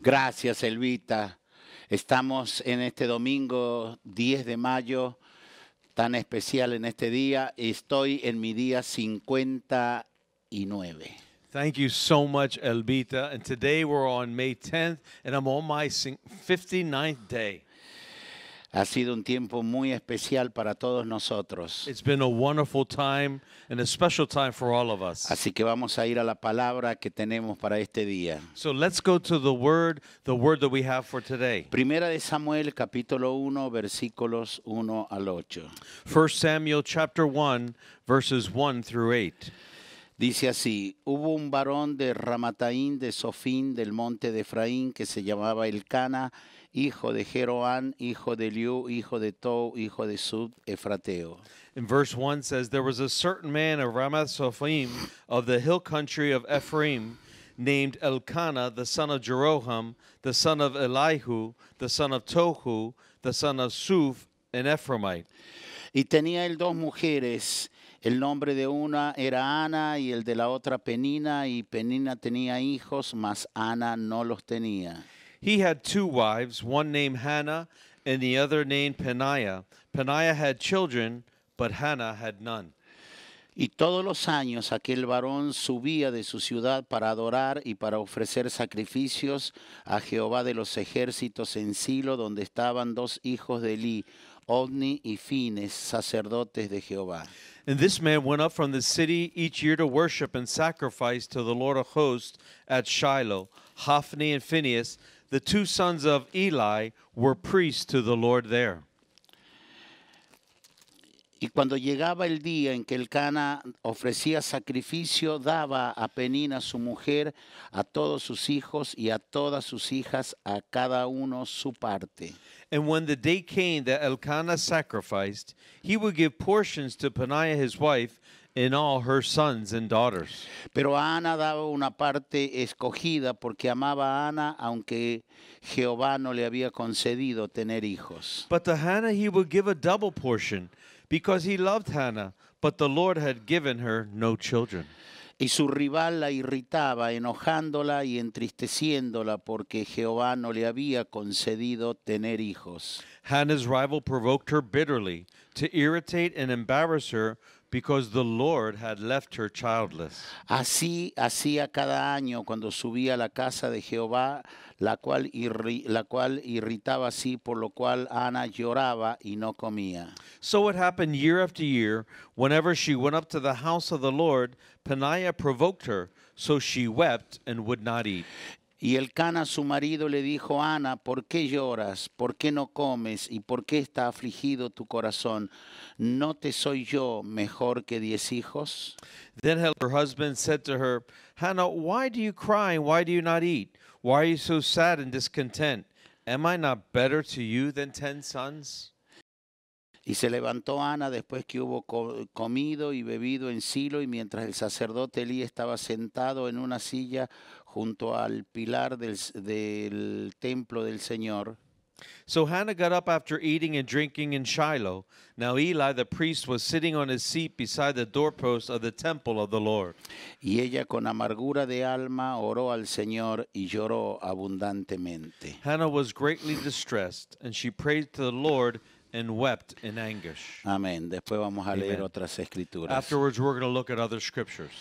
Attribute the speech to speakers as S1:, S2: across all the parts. S1: Gracias, Elvita. Estamos en este domingo 10 de mayo, tan especial en este día. Estoy en mi día 59.
S2: Thank you so much, Elvita. And today we're on May 10th, and I'm on my cin- 59th day.
S1: Ha sido un tiempo muy especial para todos nosotros.
S2: It's been a wonderful time and a special time for all of us.
S1: Así que vamos a ir a la palabra que tenemos para este día.
S2: So let's go to the word, the word that we have for today.
S1: Primera de Samuel, capítulo 1, versículos 1 al 8.
S2: 1 Samuel chapter 1, verses 1 through 8.
S1: Dice así, hubo un varón de Ramataín de Sofín del monte de Efraín que se llamaba Elcana, hijo de Jeroán, hijo de Liu, hijo de Tou, hijo de Sub, Efrateo.
S2: In verse 1 says, There was a certain man of Ramath Sophim of the hill country of Ephraim named Elkanah, the son of Jeroham, the son of Elihu, the son of Tohu, the son of Suf, an Ephraimite.
S1: Y tenía él dos mujeres, el nombre de una era Ana y el de la otra Penina, y Penina tenía hijos, mas Ana no los tenía.
S2: He had two wives, one named Hannah and the other named Peniah. Peniah had children, but Hannah had none.
S1: Y todos los años aquel varón subía de su ciudad para adorar y para ofrecer sacrificios a Jehová de los ejércitos en Silo, donde estaban dos hijos de Elí, Ovni y Fines, sacerdotes de Jehová.
S2: And this man went up from the city each year to worship and sacrifice to the Lord of hosts at Shiloh. Hophni and Phinehas, the two sons of Eli, were priests to the Lord there.
S1: Y cuando llegaba el día en que el Cana ofrecía sacrificio, daba a Penina su mujer, a todos sus hijos y a todas sus hijas, a cada uno su parte.
S2: And when the day came that Elkanah sacrificed, he would give portions to Peniah his wife and all her sons and daughters.
S1: Pero a Ana daba una parte escogida porque amaba a Ana, aunque Jehová no le había concedido tener hijos.
S2: But to Hannah he would give a double portion because he loved Hannah, but the Lord had given her no children.
S1: Y su rival la irritaba, enojándola y entristeciéndola porque Jehová no le había concedido tener hijos.
S2: Hannah's rival provoked her bitterly to irritate and embarrass her because the Lord had left her childless.
S1: Así hacía cada año cuando subía a la casa de Jehová, la cual, irri- la cual irritaba así, por lo cual Ana lloraba y no comía.
S2: So it happened year after year, whenever she went up to the house of the Lord, Peniah provoked her, so she wept and would not eat.
S1: Y el Cana, su marido, le dijo, Ana, ¿por qué lloras? ¿Por qué no comes? ¿Y por qué está afligido tu corazón? ¿No te soy yo mejor que diez hijos?
S2: Then her husband said to her, Hannah, why do you cry and why do you not eat? Why are you so sad and discontent? Am I not better to you than ten sons?
S1: Y se levantó Ana después que hubo co- comido y bebido en Silo, y mientras el sacerdote Elí estaba sentado en una silla junto al pilar del, s- del templo del Señor.
S2: So Hannah got up after eating and drinking in Shiloh. Now Eli the priest was sitting on his seat beside the doorpost of the temple of the Lord.
S1: Y ella con amargura de alma oró al Señor y lloró abundantemente.
S2: Hannah was greatly distressed, and she prayed to the Lord and wept in anguish.
S1: Amén. Después vamos a leer
S2: Amén.
S1: otras escrituras.
S2: Afterwards, we're going to look at other scriptures.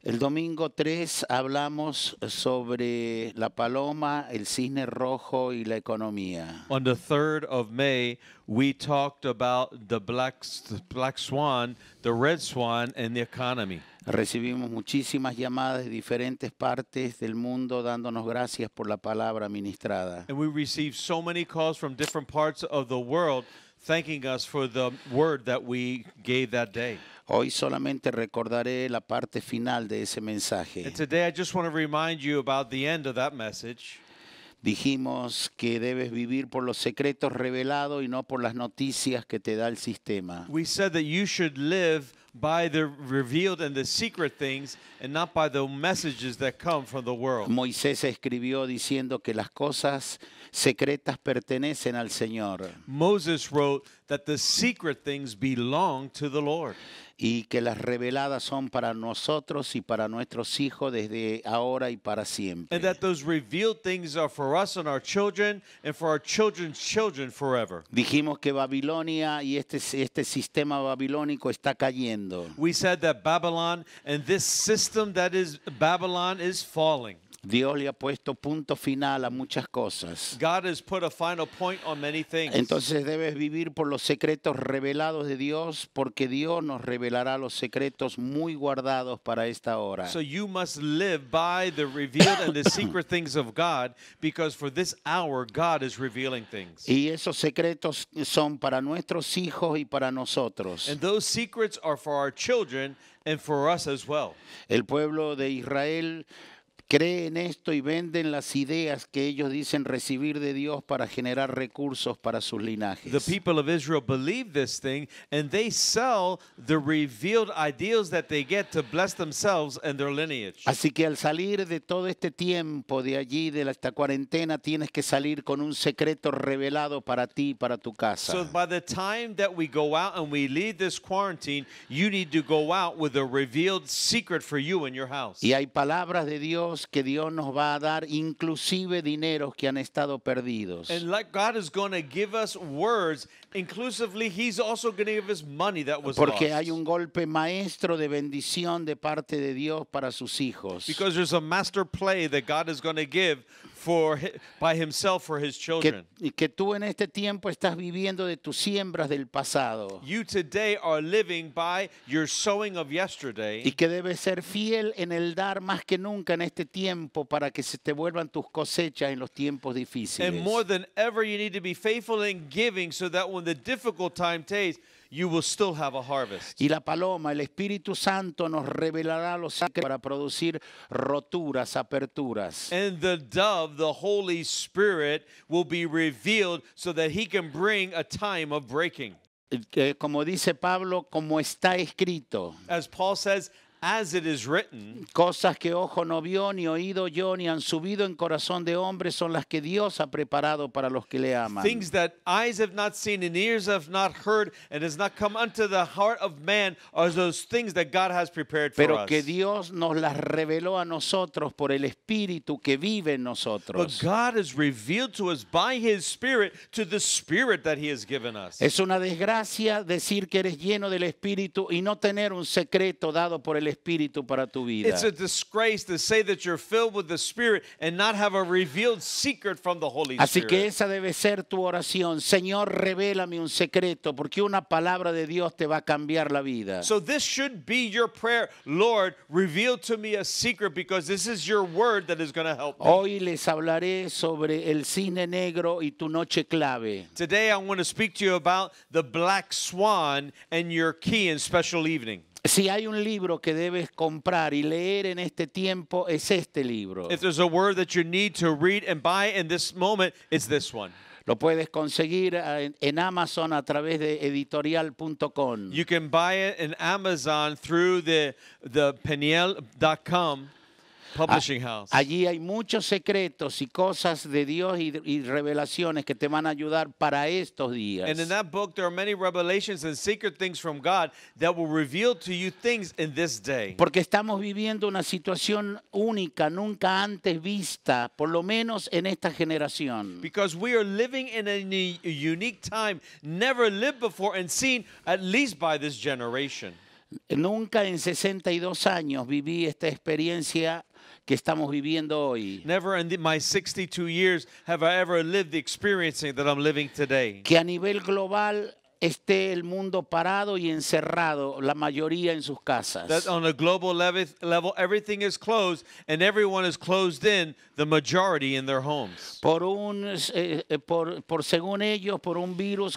S1: El domingo 3 hablamos sobre la paloma, el cisne rojo y la economía.
S2: On the 3rd of May, we talked about the black, the black swan, the red swan, and the economy.
S1: Recibimos muchísimas llamadas de diferentes partes del mundo dándonos gracias por la palabra ministrada.
S2: And we received so many calls from different parts of the world thanking us for the word that we gave that day.
S1: Hoy solamente recordaré la parte final de ese mensaje.
S2: Este- And today, I just want to remind you about the end of that message.
S1: Dijimos que debes vivir por los secretos revelados y no por las noticias que te da el sistema.
S2: We said that you should live by the revealed and the secret things and not by the messages that come from the world.
S1: Moisés escribió diciendo que las cosas secretas pertenecen al Señor
S2: Moses wrote that the secret things belong to the Lord
S1: y que las reveladas son para nosotros y para nuestros hijos desde ahora y para siempre.
S2: and that those revealed things are for us and our children and for our children's children forever.
S1: Dijimos que Babilonia y este, este sistema babilónico está cayendo.
S2: We said that Babylon and this system that is Babylon is falling.
S1: Dios le ha puesto punto final a muchas cosas.
S2: God has put a final point on many things.
S1: Entonces debes vivir por los secretos revelados de Dios, porque Dios nos revelará los secretos muy guardados para esta hora.
S2: So you must live by the revealed and the secret things of God, because for this hour God is revealing things.
S1: Y esos secretos son para nuestros hijos y para nosotros.
S2: And those secrets are for our children and for us as well.
S1: El pueblo de Israel cree en esto y venden las ideas que ellos dicen recibir de Dios para generar recursos para sus
S2: The
S1: linajes.
S2: people of Israel believe this thing and they sell the revealed ideals that they get to bless themselves and their lineage.
S1: Así que al salir de todo este tiempo de allí, de la- esta cuarentena, tienes que salir con un secreto revelado para ti y para tu
S2: So
S1: casa.
S2: by the time that we go out and we leave this quarantine, you need to go out with a revealed secret for you in your house.
S1: Y hay palabras de Dios que Dios nos va a dar, inclusive dineros que han estado perdidos.
S2: And like God is going to give us words, inclusively, He's also going to give us money that was
S1: Porque
S2: lost.
S1: hay un golpe maestro de bendición de parte de Dios para sus hijos.
S2: Because there's a master play that God is going to give for hi- by Himself for His
S1: que,
S2: children.
S1: y que tú en este tiempo estás viviendo de tus siembras del pasado
S2: You today are living by your sowing of
S1: y
S2: yesterday,
S1: que debes ser fiel en el dar más que nunca en este tiempo para que se te vuelvan tus cosechas en los tiempos difíciles.
S2: and more than ever, you need to be faithful in giving, so that when the difficult time takes, you will still have a harvest.
S1: Y la paloma, el Espíritu Santo nos revelará los secretos para producir roturas, aperturas.
S2: And the dove, the Holy Spirit, will be revealed so that he can bring a time of breaking.
S1: Que, Eh, como dice Pablo, como está escrito,
S2: As Paul says, as it is written,
S1: cosas que ojo no vio, ni oído yo, ni han subido en corazón de hombre son las que Dios ha preparado para los que le aman.
S2: things that eyes have not seen and ears have not heard and has not come unto the heart of man are those things that God has prepared for
S1: pero
S2: us.
S1: que Dios nos las reveló a nosotros por el Espíritu que vive en
S2: But
S1: nosotros.
S2: God has revealed to us by his spirit to the spirit that he has given us.
S1: Es una desgracia decir que eres lleno del Espíritu y no tener un secreto dado por el Espíritu para tu vida.
S2: It's a disgrace to say that you're filled with the Spirit and not have a revealed secret from the Holy
S1: Así
S2: Spirit.
S1: que esa debe ser tu oración. Señor, revélame un secreto, porque una palabra de Dios te va a cambiar la vida.
S2: So this should be your prayer, Lord, reveal to me a secret because this is your word that is going to help me.
S1: Hoy les hablaré sobre el cisne negro y tu noche clave.
S2: Today I want to speak to you about the black swan and your key and special evening.
S1: Si hay un libro que debes comprar y leer en este tiempo, es este libro.
S2: If there's a word that you need to read and buy in this moment, it's this one.
S1: Lo puedes conseguir eh, en- en Amazon a través de editorial.com.
S2: You can buy it in Amazon through the the peniel.com publishing house.
S1: Allí hay muchos secretos y cosas de Dios y, y revelaciones que te van a ayudar para estos días.
S2: And in that book, there are many revelations and secret things from God that will reveal to you things in this day.
S1: Porque estamos viviendo una situación única, nunca antes vista, por lo menos en esta generación.
S2: Because we are living in a ne- a unique time, never lived before and seen, at least by this generation.
S1: Nunca en 62 años viví esta experiencia que estamos viviendo hoy.
S2: Never in the- my 62 years have I ever lived the experiencing that I'm living today.
S1: que a nivel global esté el mundo parado y encerrado, la mayoría en sus
S2: That
S1: casas.
S2: on a global lev- level, everything is closed and everyone is closed in, the majority in their homes.
S1: Por un, eh, eh, por, por según ellos, por un virus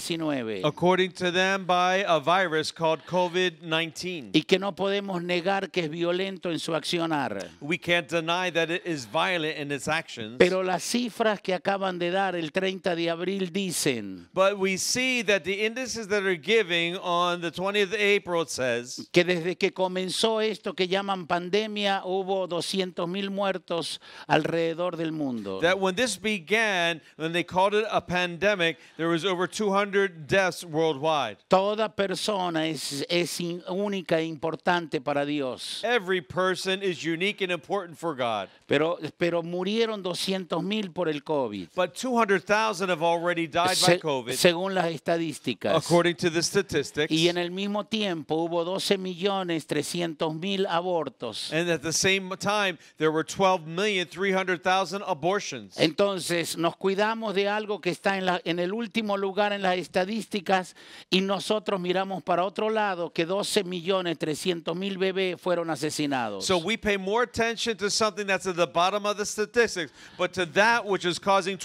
S1: COVID-19.
S2: According to them, by a virus called COVID 19.
S1: Y que no podemos negar que es violento en su accionar.
S2: We can't deny that it is violent in its actions.
S1: Pero las cifras que acaban de dar el 30 de abril dicen
S2: But we see that the indices that are giving on the 20th of April, it says
S1: que desde que comenzó esto que llaman pandemia hubo 200 mil muertos alrededor del mundo.
S2: that when this began, when they called it a pandemic, there was over 200 deaths worldwide.
S1: Toda persona es, es in- única e importante para Dios.
S2: Every person is unique and important for God.
S1: Pero, pero murieron 200 mil por el COVID,
S2: But 200,000 have already died by
S1: se-
S2: COVID,
S1: según las estadísticas.
S2: according to the statistics.
S1: Y en el mismo tiempo hubo 12 millones 300 mil abortos.
S2: And at the same time, there were 12,300,000 abortions.
S1: Entonces nos cuidamos de algo que está en, la- en el último lugar en las estadísticas y nosotros miramos para otro lado que 12 millones 300 mil bebés fueron asesinados.
S2: So we pay more attention to something that's at the bottom of the statistics, but to that which is causing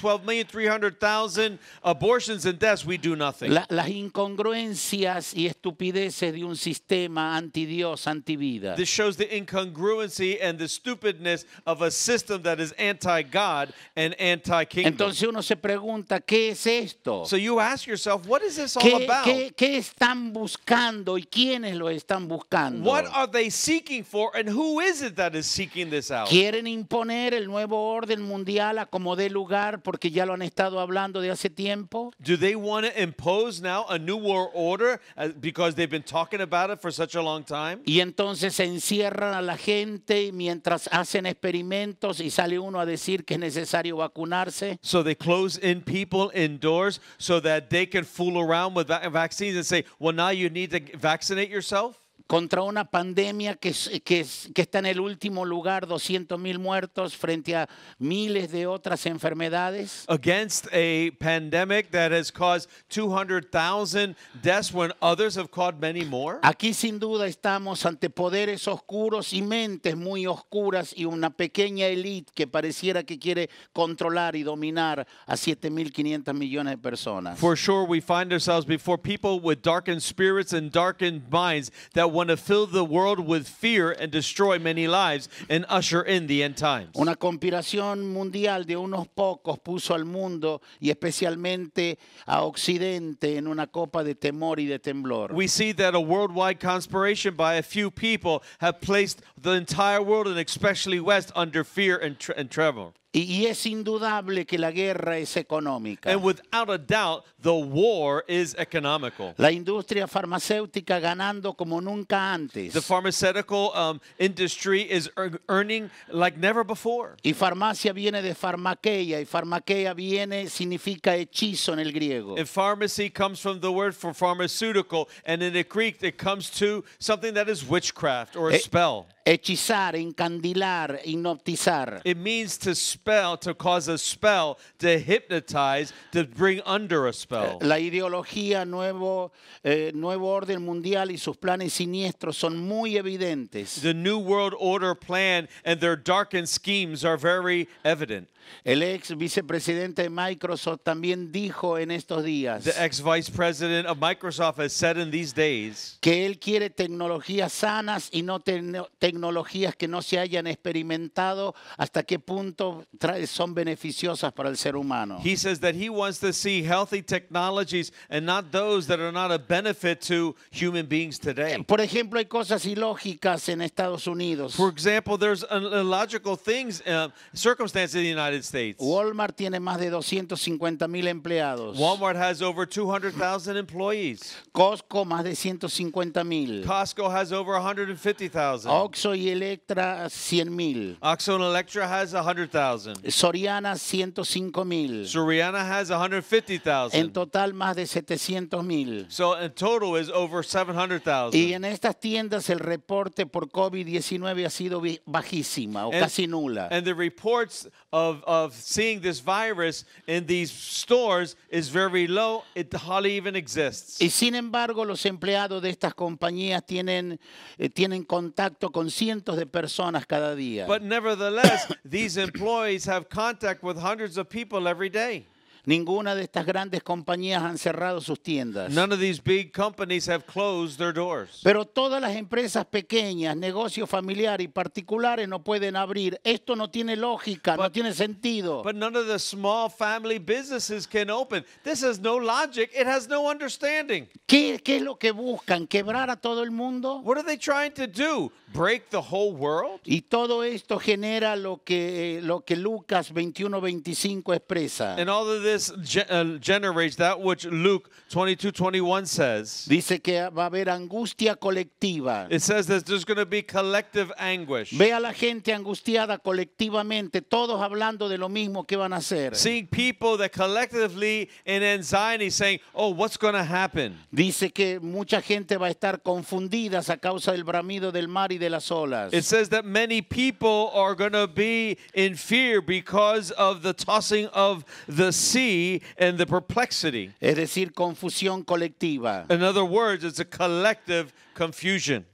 S2: 12,300,000 abortions and deaths, we do nothing.
S1: La- las incongruencias y estupideces de un sistema anti Dios, anti vida.
S2: this shows the incongruency and the stupidness of a system that is anti-God and anti-kingdom.
S1: Entonces uno se pregunta, ¿qué es esto?
S2: so you ask yourself, what is this all
S1: ¿Qué,
S2: about?
S1: qué- qué están buscando y quiénes lo están buscando?
S2: what are they seeking for and who is it that is seeking this out?
S1: Quieren imponer el nuevo orden mundial a como dé lugar porque ya lo han estado hablando de hace tiempo.
S2: Do they want to impose now a new world order uh, because they've been talking about it for such a long time?
S1: Y entonces se encierran a la gente y mientras hacen experimentos y sale uno a decir que es necesario vacunarse.
S2: So they close in people indoors so that they can fool around with va- vaccines and say, well, now you need to vaccinate yourself?
S1: contra una pandemia que, es- que, es- que está en el último lugar, 200 mil muertos frente a miles de otras enfermedades.
S2: Against a pandemic that has caused 200,000 deaths when others have caused many more?
S1: Aquí sin duda estamos ante poderes oscuros y mentes muy oscuras y una pequeña élite que pareciera que quiere controlar y dominar a 7.500 millones de personas.
S2: For sure, we find ourselves before people with darkened spirits and darkened minds that want to fill the world with fear and destroy many lives and usher in the end times.
S1: Una conspiración mundial de unos pocos puso al mundo y especialmente a Occidente en una copa de temor y de temblor.
S2: We see that a worldwide conspiration by a few people have placed the entire world and especially West under fear and, tr- and tremor.
S1: Y, y es indudable que la guerra es económica.
S2: And without a doubt, the war is economical.
S1: La industria farmacéutica ganando como nunca
S2: The
S1: antes.
S2: pharmaceutical um, industry is ear- earning like never before.
S1: Y farmacia viene de farmaqueia y farmaqueia viene significa hechizo en el griego.
S2: And pharmacy comes from the word for pharmaceutical, and in the Greek, it comes to something that is witchcraft or a
S1: Eh.
S2: spell.
S1: Hechizar, encandilar, hipnotizar.
S2: It means to spell, to cause a spell, to hypnotize, to bring under a spell.
S1: La ideología nuevo, eh, nuevo orden mundial y sus planes siniestros son muy evidentes.
S2: The New World Order plan and their darkened schemes are very evident.
S1: El ex vicepresidente de Microsoft también dijo en estos días.
S2: The ex vice president of Microsoft has said in these days
S1: que él quiere tecnologías sanas y no tecno- tecnologías que no se hayan experimentado hasta qué punto trae- son beneficiosas para el ser humano.
S2: he says that he wants to see healthy technologies and not those that are not a benefit to human beings today.
S1: Por ejemplo, hay cosas ilógicas en Estados Unidos.
S2: For example, there's un- illogical things, uh, circumstances in the United States.
S1: Walmart tiene más de 250 mil empleados.
S2: Walmart has over 200,000 employees.
S1: Costco más de 150 mil.
S2: Costco has over 150,000.
S1: Oxo y Electra, 100 mil.
S2: Oxo and Electra has 100,000.
S1: Soriana, 105 mil.
S2: Soriana has
S1: En
S2: 150,000.
S1: total, más de 700 mil.
S2: So in total is over
S1: Y
S2: 700,000.
S1: en estas tiendas el reporte por COVID-19 ha sido bi- bajísima o
S2: And-
S1: casi nula.
S2: And the reports of, of seeing this virus in these stores is very low. It hardly even exists.
S1: Y sin embargo, los empleados de estas compañías tienen, eh, tienen contacto con cientos de personas cada día.
S2: But nevertheless, these employees have contact with hundreds of people every day.
S1: Ninguna de estas grandes compañías han cerrado sus tiendas.
S2: None of these big companies have closed their doors.
S1: Pero todas las empresas pequeñas, negocios familiares y particulares no pueden abrir. Esto no tiene lógica, no
S2: But-
S1: tiene sentido.
S2: But none of the small family businesses can open. This has no logic. It has no understanding.
S1: ¿Qué, qué es lo que buscan? ¿Quebrar a todo el mundo?
S2: What are they trying to do? Break the whole world?
S1: Y todo esto genera lo que, eh, lo que Lucas 21-25 expresa.
S2: And all of this ge- uh, generates that which Luke 22 21 says.
S1: Dice que va a haber angustia colectiva.
S2: It says that there's going to be collective anguish.
S1: Ve a la gente angustiada colectivamente, todos hablando de lo mismo que van a hacer.
S2: Seeing people that collectively in anxiety saying, oh, what's going to happen?
S1: Dice que mucha gente va a estar confundida a causa del bramido del mar y de las olas.
S2: It says that many people are going to be in fear because of the tossing of the sea and the perplexity.
S1: Es decir, confusión colectiva.
S2: In other words, it's a collective confusion.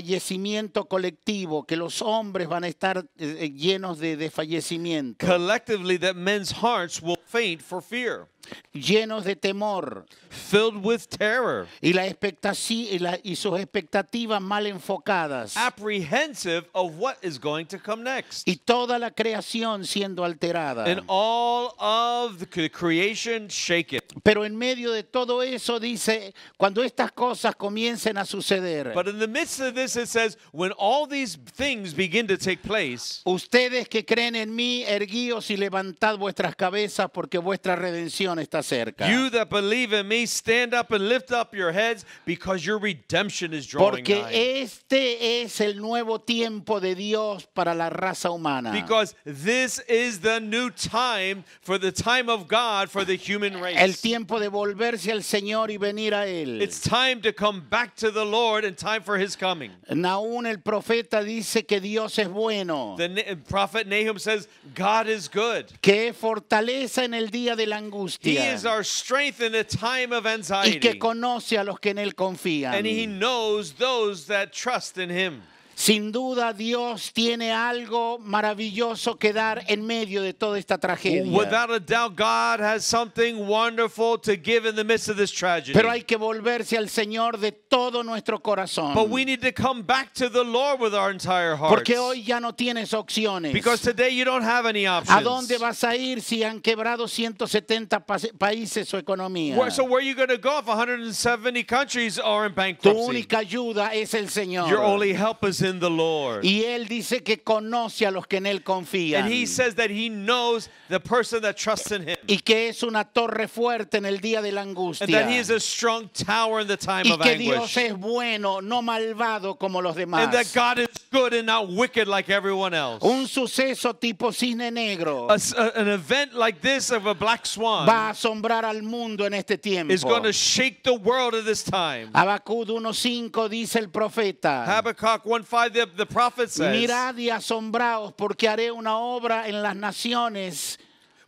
S1: Desfallecimiento colectivo, que los hombres van a estar eh, eh, llenos de desfallecimiento,
S2: Collectively, that men's hearts will faint for fear,
S1: llenos de temor
S2: filled with terror,
S1: y, la expectaci- y, la- y sus expectativas mal enfocadas.
S2: Ah. apprehensive of what is going to come next.
S1: Y toda la creación siendo alterada.
S2: And all of the cre- creation shaken.
S1: Pero en medio de todo eso dice, cuando estas cosas comiencen a suceder,
S2: But in the midst of this, it says, when all these things begin to take place,
S1: ustedes que creen en mí, erguíos y levantad vuestras cabezas porque vuestra redención está cerca.
S2: You that believe in me, stand up and lift up your heads because your redemption is drawing
S1: Porque
S2: nigh.
S1: este es el nuevo tiempo de Dios para la raza humana.
S2: Because this is the new time for the time of God for the human
S1: el
S2: race.
S1: tiempo de volverse al Señor y venir a Él.
S2: It's time to come back to the Lord and time for his coming.
S1: Naún el profeta dice que Dios es bueno,
S2: The Na- prophet Nahum says, God is good.
S1: que es fortaleza en el día de la
S2: He
S1: angustia
S2: is our strength in a time of
S1: y que Mm.
S2: anxiety.
S1: conoce a los que en Él confían.
S2: And he knows those that trust in him.
S1: Sin duda Dios tiene algo maravilloso que dar en medio de toda esta tragedia.
S2: Without a doubt, God has something wonderful to give in the midst of this tragedy.
S1: Pero hay que volverse al Señor de todo nuestro corazón.
S2: But we need to come back to the Lord with our entire hearts.
S1: Porque hoy ya no tienes opciones.
S2: Because today you don't have any
S1: ¿A
S2: options.
S1: dónde vas a ir si han quebrado 170 pa- países su economía?
S2: Where- so where are you going to go if 170 countries are in
S1: Tu
S2: bankruptcy?
S1: única ayuda es el Señor.
S2: Your only help is in the Lord.
S1: Y Él dice que conoce a los que en Él confían.
S2: And he says that he knows the person that trusts in him.
S1: y que es una torre fuerte en el día de la angustia.
S2: And that he is a strong tower in the time
S1: y
S2: of
S1: que Dios
S2: anguish.
S1: es bueno, no malvado como los demás.
S2: And that God is good and not wicked like everyone else.
S1: Un suceso tipo cisne negro
S2: A s- a- an event like this of a black swan
S1: va a asombrar al mundo en este tiempo.
S2: is going to shake the world at this time.
S1: Habacuc 1.5 dice el profeta.
S2: Habakkuk 1.5, the, the prophet says,
S1: Mirad y asombraos porque haré una obra en las naciones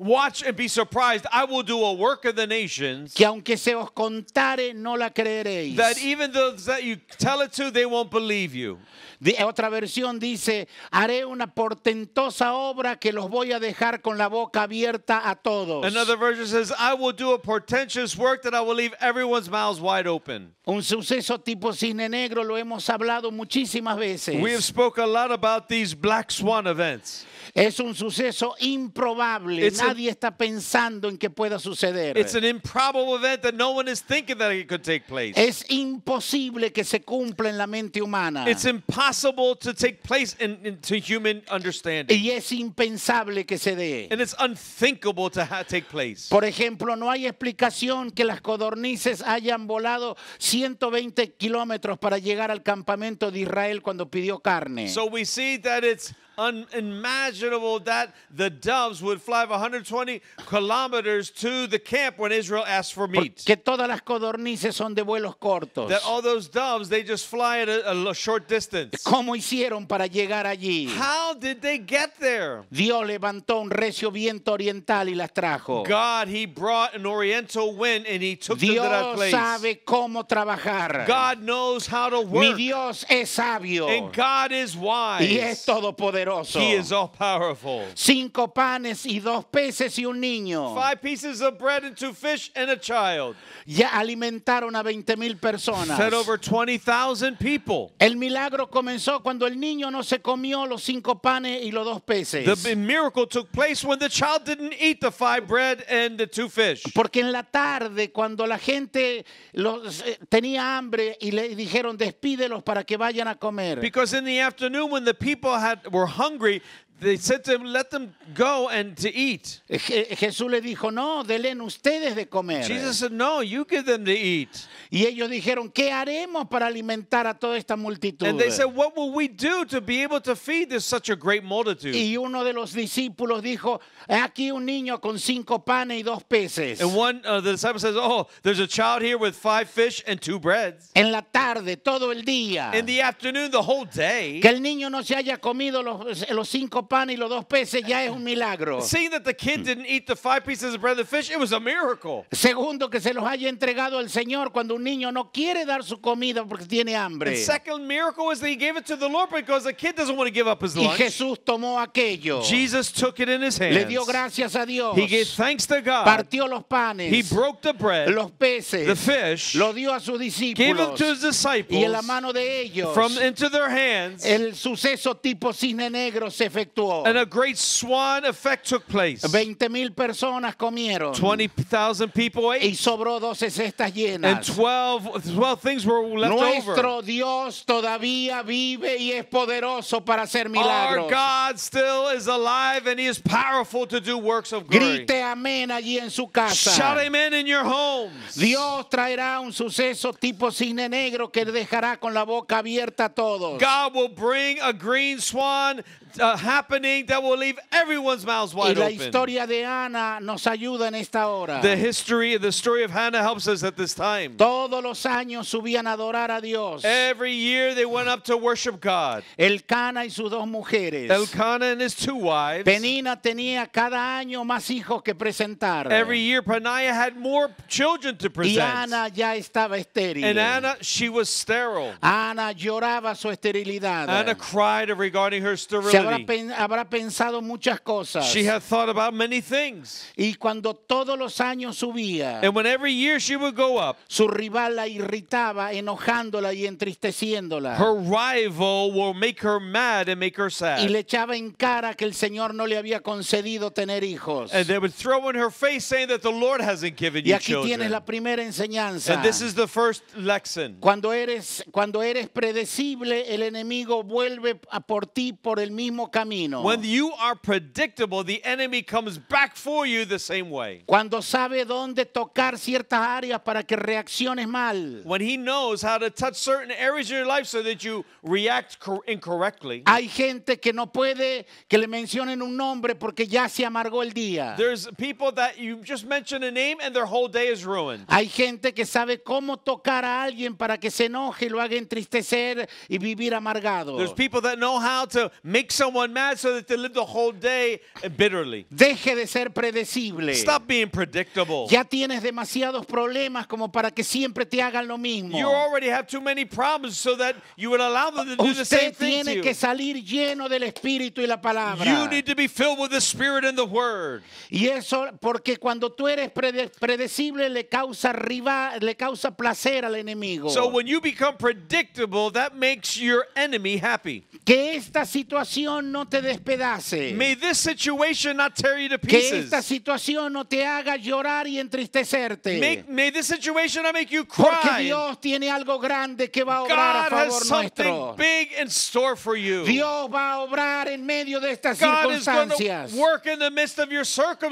S2: Watch and be surprised. I will do a work of the nations
S1: que aunque se os contare no la creeréis.
S2: that e-, even those that you tell it to, they won't believe you.
S1: Di- Otra versión dice, haré una portentosa obra que los voy a dejar con la boca abierta a todos.
S2: Another version says, I will do a portentous work that I will leave everyone's mouths wide open.
S1: Un suceso tipo cisne negro lo hemos hablado muchísimas veces.
S2: We have spoke a lot about these black swan events.
S1: Es un suceso improbable,
S2: It's an an,
S1: nadie está pensando en que pueda suceder.
S2: it's an improbable event that no one is thinking that it could take place.
S1: Es imposible que se cumpla en la mente humana.
S2: It's impossible to take place in, in- to human understanding.
S1: Y es impensable que se dé.
S2: And it's unthinkable to ha- take place.
S1: Por ejemplo, no hay explicación que las codornices hayan volado 120 kilómetros para llegar al campamento de Israel cuando pidió carne.
S2: So we see that it's unimaginable that the doves would fly 120 kilometers to the camp when Israel asked for meat.
S1: que todas las codornices son de vuelos cortos.
S2: That all those doves, they just fly at a, a lo- short distance.
S1: ¿Cómo hicieron para llegar allí?
S2: How did they get there?
S1: Dios levantó un recio viento oriental y las trajo.
S2: God, He brought an oriental wind and He took them to that
S1: Dios
S2: place.
S1: sabe cómo trabajar.
S2: God knows how to
S1: Mi
S2: work.
S1: Dios es sabio
S2: And God is wise.
S1: y es todopoderoso.
S2: He is all powerful.
S1: Cinco panes y dos peces y un niño.
S2: Five pieces of bread and two fish and a child.
S1: Ya alimentaron a 20 mil personas.
S2: Fed over 20,000 people.
S1: El milagro comenzó cuando el niño no se comió los cinco panes y los dos peces.
S2: The b- miracle took place when the child didn't eat the five bread and the two fish.
S1: Porque en la tarde, cuando la gente los, eh, tenía hambre y le dijeron despídelos para que vayan a comer,
S2: Because in the afternoon, when the people had were hungry, they said to him, "Let them go and to eat."
S1: Je- Jesús le dijo, no, denle ustedes de comer.
S2: Jesus said, "No, you give them to eat."
S1: Y ellos dijeron, ¿qué haremos para alimentar a toda esta multitud?
S2: And they said, "What will we do to be able to feed this such a great multitude?"
S1: y uno de los discípulos dijo, aquí un niño con cinco panes y dos peces.
S2: And one uh, the disciple says, "Oh, there's a child here with five fish and two breads."
S1: En la tarde, todo el día.
S2: In the afternoon, the whole day,
S1: Que el niño no se haya comido los, los cinco panes y los dos peces ya es un milagro.
S2: seeing that the kid didn't eat the five pieces of bread and fish, it was a miracle.
S1: Segundo, que se los haya entregado el Señor cuando un niño no quiere dar su comida porque tiene
S2: The
S1: hambre.
S2: second miracle was that he gave it to the Lord because the kid doesn't want to give up his
S1: Y
S2: lunch.
S1: Jesús tomó aquello.
S2: Jesus took it in his hands.
S1: Le dio gracias a Dios.
S2: He gave thanks to God.
S1: Partió los
S2: He
S1: panes,
S2: broke the bread,
S1: los peces,
S2: the fish,
S1: lo dio a sus
S2: gave them
S1: discípulos
S2: to his
S1: y en la
S2: disciples
S1: mano de ellos
S2: from into their hands,
S1: el suceso tipo cisne negro se efectuó.
S2: and a great swan effect took place.
S1: 20 mil personas comieron
S2: 20,000 people
S1: y
S2: ate,
S1: sobró 12 cestas
S2: and
S1: llenas.
S2: 12, 12 things were left
S1: Nuestro
S2: over.
S1: Dios todavía vive y es poderoso para hacer
S2: Our
S1: milagros.
S2: God still is alive, and he is powerful to do works of glory.
S1: Grite amén allí en su casa.
S2: Shout amen in your homes.
S1: Dios traerá un suceso tipo cisne negro que dejará con la boca abierta a todos.
S2: God will bring a green swan uh, happening that will leave everyone's mouths
S1: Y
S2: wide
S1: la
S2: open.
S1: historia de Ana nos ayuda en esta hora.
S2: The history, the story of Hannah helps us at this time.
S1: Todos los años subían a adorar a Dios.
S2: Every year they went up to worship God.
S1: El Cana y sus dos mujeres.
S2: Elkanah and his two wives.
S1: Penina tenía cada año más hijos que presentar.
S2: Every year Paniah had more children to
S1: Y
S2: present.
S1: Ana ya estaba estéril.
S2: And Anna, she was sterile.
S1: Ana lloraba su esterilidad.
S2: Anna cried regarding her
S1: Se habrá,
S2: sterility.
S1: pen- habrá pensado muchas cosas.
S2: She had thought about many things.
S1: Y cuando todos los años subía,
S2: And when every year she would go up,
S1: su rival la irritaba, enojándola y entristeciéndola.
S2: her rival will make her mad and make her sad.
S1: y le echaba en cara que el Señor no le había concedido tener hijos.
S2: And they would throw in her face saying that the Lord hasn't given
S1: Y
S2: you
S1: aquí tienes
S2: children.
S1: la primera enseñanza.
S2: And this is the first lesson.
S1: Cuando eres, cuando eres predecible, el enemigo vuelve a por ti por el mismo camino.
S2: When you are predictable, the enemy comes back for you the same way.
S1: Cuando sabe dónde tocar ciertas áreas para que reacciones mal.
S2: When he knows how to touch certain areas of your life so that you react cor- incorrectly.
S1: Hay gente que no puede que le mencionen un nombre porque ya se amargó el día.
S2: There's people that you just mention a name and their whole day is ruined.
S1: Hay gente que sabe cómo tocar a alguien para que se enoje y lo haga entristecer y vivir amargado.
S2: There's people that know how to make someone mad so that they live the whole day bitterly.
S1: Deje de ser predecible.
S2: Stop being predictable.
S1: Ya tienes demasiados problemas como para que siempre te hagan lo mismo.
S2: You already have too many problems so that you would allow them to do the same
S1: Usted
S2: thing to
S1: tiene
S2: you.
S1: que salir lleno del Espíritu y la palabra.
S2: You need to be filled with the Spirit and the Word.
S1: Y eso porque cuando tú eres prede- predecible le causa riva- le causa placer al enemigo.
S2: So when you become predictable, that makes your enemy happy.
S1: que esta situación no te despedace.
S2: May this situation not tear you to
S1: que esta
S2: pieces.
S1: situación no te haga llorar y entristecerte.
S2: May, may this situation not make you
S1: porque
S2: cry.
S1: Dios tiene algo grande que va a obrar
S2: God
S1: a
S2: has
S1: favor
S2: something
S1: nuestro.
S2: big in store for you.
S1: Dios va a obrar en medio de estas
S2: God is going to
S1: circunstancias.
S2: work in the midst of your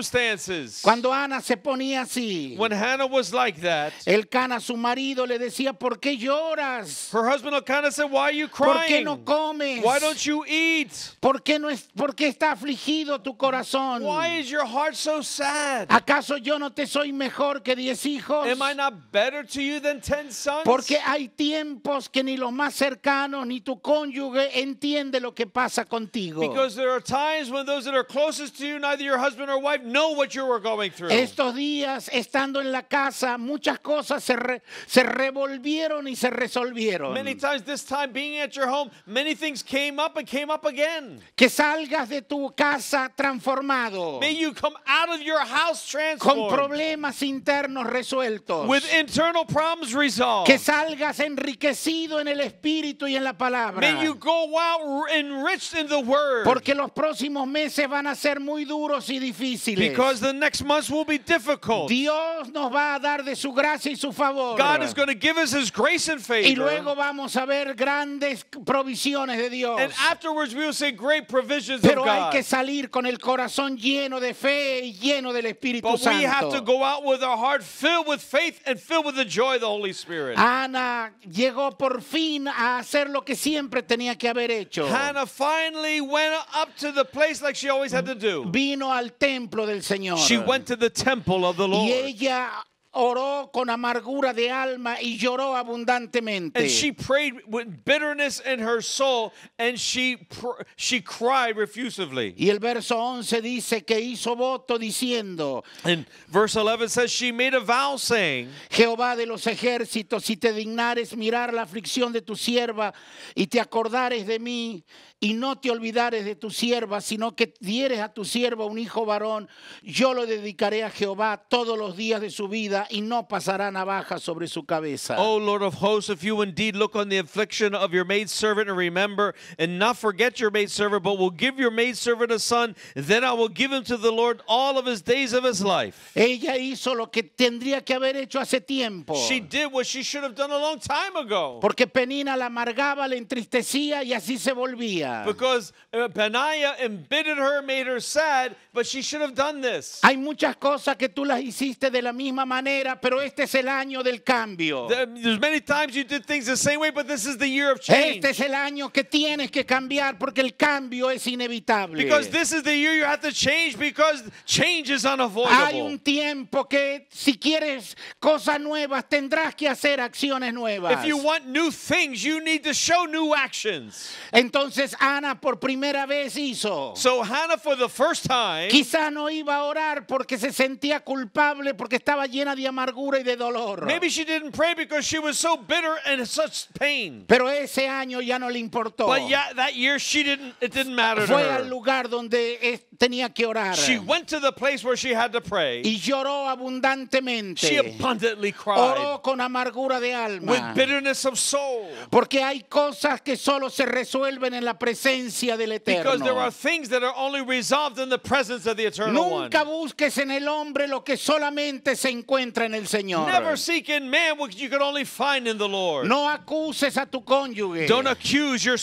S2: circumstances.
S1: Cuando Ana se ponía así,
S2: When Hannah was like that,
S1: el Cana, su marido, le decía, ¿por qué lloras?
S2: her husband Elkanah said, Why are you
S1: ¿Por qué
S2: crying?
S1: no comes?
S2: Why don't you eat?
S1: ¿Por qué, no es, ¿Por qué está afligido tu corazón?
S2: Why is your heart so sad?
S1: ¿Acaso yo no te soy mejor que diez hijos?
S2: Am I not better to you than ten sons?
S1: Porque hay tiempos que ni los más cercanos ni tu cónyuge entiende lo que pasa contigo.
S2: Because there are times when those that are closest to you, neither your husband or wife, know what you were going through.
S1: Estos días, estando en la casa, muchas cosas se, re- se revolvieron y se resolvieron.
S2: Many times this time being at your home, many things came up and came up again.
S1: Que salgas de tu casa transformado,
S2: May you come out of your house
S1: con
S2: transformed
S1: problemas internos resueltos.
S2: with internal problems resolved.
S1: Que salgas enriquecido en el espíritu y en la palabra.
S2: May you go out r- enriched in the word.
S1: Porque los próximos meses van a ser muy duros y difíciles.
S2: Because the next months will be difficult.
S1: Dios nos va a dar de su gracia y su favor.
S2: God is going to give us his grace and
S1: Y
S2: favor.
S1: luego vamos a ver grandes provisiones de Dios.
S2: And afterwards we will see great provisions of
S1: Pero hay
S2: God.
S1: que salir con el corazón lleno de fe y lleno del Espíritu
S2: But we have to
S1: Santo.
S2: go out with our heart filled with faith and filled with the joy of the Holy
S1: Ah,
S2: Spirit.
S1: Ana llegó por fin a hacer lo que siempre tenía que haber hecho.
S2: Hannah finally went up to the place like she always had to do.
S1: Vino al templo del Señor.
S2: She went to the temple of the
S1: Y
S2: Lord.
S1: ella oró con amargura de alma y lloró abundantemente.
S2: And she prayed with bitterness in her soul and she pr- she cried refusively.
S1: Y el verso 11 dice que hizo voto diciendo,
S2: And verse 11 says she made a vow saying,
S1: Jehová de los ejércitos, si te dignares mirar la aflicción de tu sierva y te acordares de mí y no te olvidares de tu sierva, sino que dieres a tu sierva un hijo varón, yo lo dedicaré a Jehová todos los días de su vida y no pasará navaja sobre su cabeza.
S2: O Lord of hosts, if you indeed look on the affliction of your maidservant and remember, and not forget your maidservant, but will give your maidservant a son, then I will give him to the Lord all of his days of his life.
S1: Ella hizo lo que tendría que haber hecho hace tiempo.
S2: She did what she should have done a long time ago.
S1: Porque Penina la amargaba, la entristecía y así se volvía.
S2: Because uh, Benaiah embittered her, made her sad, but she should have done this.
S1: Hay muchas cosas que tú las hiciste de la misma manera, pero este es el año del cambio.
S2: There- There's many times you did things the same way, but this is the year of change.
S1: Este es el año que tienes que cambiar porque el cambio es inevitable.
S2: Because this is the year you have to change because change is
S1: Hay
S2: unavoidable.
S1: un tiempo que si quieres cosas nuevas tendrás que hacer acciones nuevas.
S2: If you want new things, you need to show new actions.
S1: Entonces Ana por primera vez hizo.
S2: So Hannah, for the first time,
S1: Quizá no iba a orar porque se sentía culpable porque estaba llena de amargura y de dolor.
S2: maybe she didn't pray because she was so bitter and in such pain.
S1: Pero ese año ya no le importó.
S2: But yeah, that year she didn't. It didn't matter to
S1: Fue al
S2: her.
S1: lugar donde es- tenía que orar.
S2: She went to the place where she had to pray.
S1: y lloró abundantemente.
S2: She abundantly cried
S1: Oró con amargura de
S2: with
S1: alma.
S2: bitterness of soul.
S1: Porque hay cosas que solo se resuelven en la presencia del
S2: Because there are
S1: Eterno.
S2: things that are only resolved in the presence of the Eternal One.
S1: Nunca busques en el hombre lo que solamente se encuentra en el Señor.
S2: Never seek in man what you can only find in the Lord.
S1: No acuses a tu cónyuge.
S2: Don't accuse your
S1: No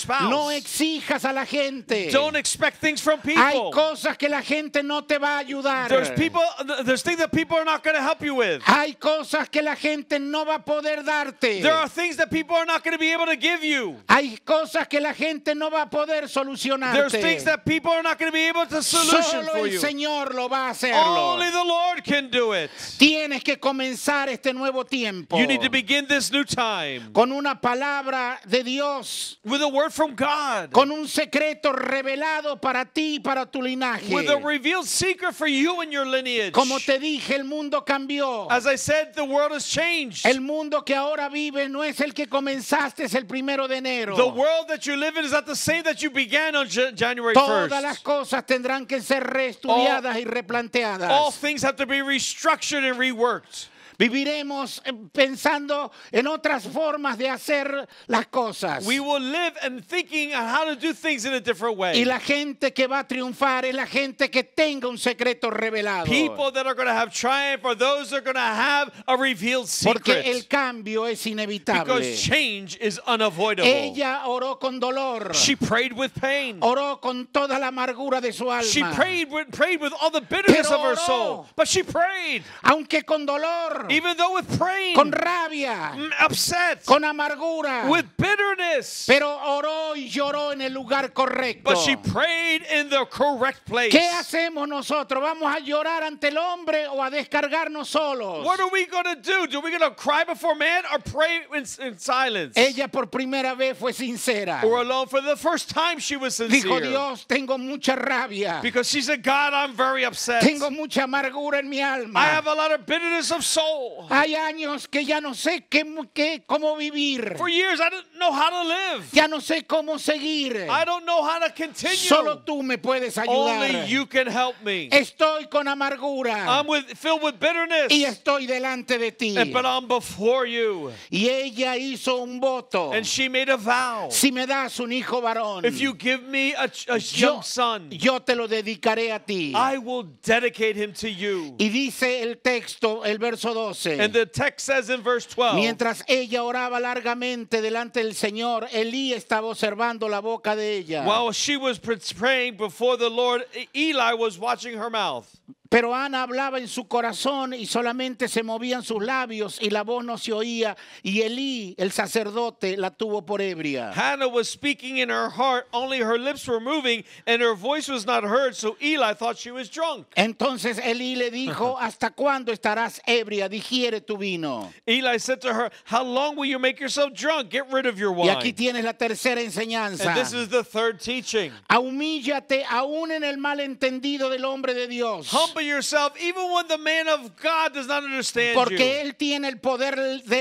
S2: spouse.
S1: exijas a la gente.
S2: Don't expect things from
S1: Hay
S2: people.
S1: cosas que la gente no te va a ayudar.
S2: There's people. th- There's things that people are not going to help you with.
S1: Hay cosas que la gente no va a poder darte.
S2: There are things that people are not going to be able to give you.
S1: Hay cosas que la gente no va a poder
S2: There's
S1: solucionarte.
S2: things that people are not going to be able to solution
S1: Solo
S2: for
S1: el
S2: you.
S1: Señor lo va a hacerlo.
S2: Only the Lord can do it.
S1: Tienes que comenzar este nuevo tiempo
S2: You need to begin this new time
S1: con una palabra de Dios,
S2: with a word from God,
S1: con un secreto revelado para ti y para tu linaje.
S2: with a revealed secret for you and your lineage.
S1: Como te dije, el mundo cambió.
S2: As I said, the world has changed.
S1: El mundo que ahora vives no es el que comenzaste es el primero de enero.
S2: The world that you live in is not the same that you began on Ja- January
S1: Todas las
S2: 1st.
S1: cosas tendrán que ser reestudiadas y replanteadas.
S2: All things have to be restructured and reworked.
S1: Viviremos eh, pensando en otras formas de hacer las cosas.
S2: We will live and thinking on how to do things in a different way.
S1: Y la gente que va a triunfar es la gente que tenga un secreto revelado.
S2: People that are going to have triumph are those that are going to have a revealed
S1: Porque el
S2: secret.
S1: cambio es inevitable.
S2: Because change is unavoidable.
S1: Ella Oh, oró con dolor.
S2: she prayed with pain.
S1: Oró con toda la amargura de su alma.
S2: She prayed with, prayed with all the bitterness
S1: Pero
S2: of her
S1: oró.
S2: soul. But she prayed,
S1: Aunque con dolor,
S2: even though with praying,
S1: Oh. con rabia,
S2: mm, upset,
S1: con amargura.
S2: with bitterness.
S1: Pero oró y lloró en el lugar correcto.
S2: But she prayed in the correct place.
S1: ¿Qué hacemos nosotros? ¿Vamos a llorar ante el hombre o a descargarnos solos?
S2: What are we going to do? Do we going to cry before man or pray in, in silence?
S1: Ella por primera vez fue sincera.
S2: or alone for the first time she was
S1: Dijo
S2: sincere.
S1: Dios, tengo mucha rabia.
S2: Because she said, God, I'm very upset.
S1: Tengo mucha amargura en mi
S2: I
S1: alma.
S2: have a lot of bitterness of soul.
S1: Hay años que ya no sé qué, qué- cómo vivir.
S2: For years, I didn't know how to live.
S1: Ya no sé cómo seguir.
S2: I don't know how to continue.
S1: Solo tú me puedes
S2: Only
S1: ayudar.
S2: you can help me.
S1: Estoy con amargura
S2: I'm with, filled with bitterness,
S1: y estoy delante de ti.
S2: and, but I'm before you.
S1: Y ella hizo un voto.
S2: And she made a vow.
S1: Si me das un hijo varón,
S2: If you give me a, ch- a
S1: yo,
S2: young son,
S1: yo te lo dedicaré a ti.
S2: I will dedicate him to you.
S1: Y dice el texto, el verso 12.
S2: And the text says in verse 12,
S1: Mientras ella oraba largamente delante del Señor, Elí estaba observando la boca de ella.
S2: while she was pr- praying before the Lord, E- Eli was watching her mouth.
S1: Pero Ana hablaba en su corazón y solamente se movían sus labios y la voz no se oía. Y Elí, el sacerdote, la tuvo por ebria.
S2: Hannah was speaking in her heart, only her lips were moving, and her voice was not heard, so Eli thought she was drunk.
S1: Entonces Elí le dijo, ¿hasta cuándo estarás ebria? Digiere tu vino.
S2: Eli said to her, How long will you make yourself drunk? Get rid of your
S1: Y aquí
S2: wine.
S1: tienes la tercera enseñanza.
S2: And this is the third teaching.
S1: Ah, Humíllate aún en el malentendido del hombre de Dios.
S2: Humble yourself even when the man of God does not understand
S1: Porque
S2: you.
S1: Él tiene el poder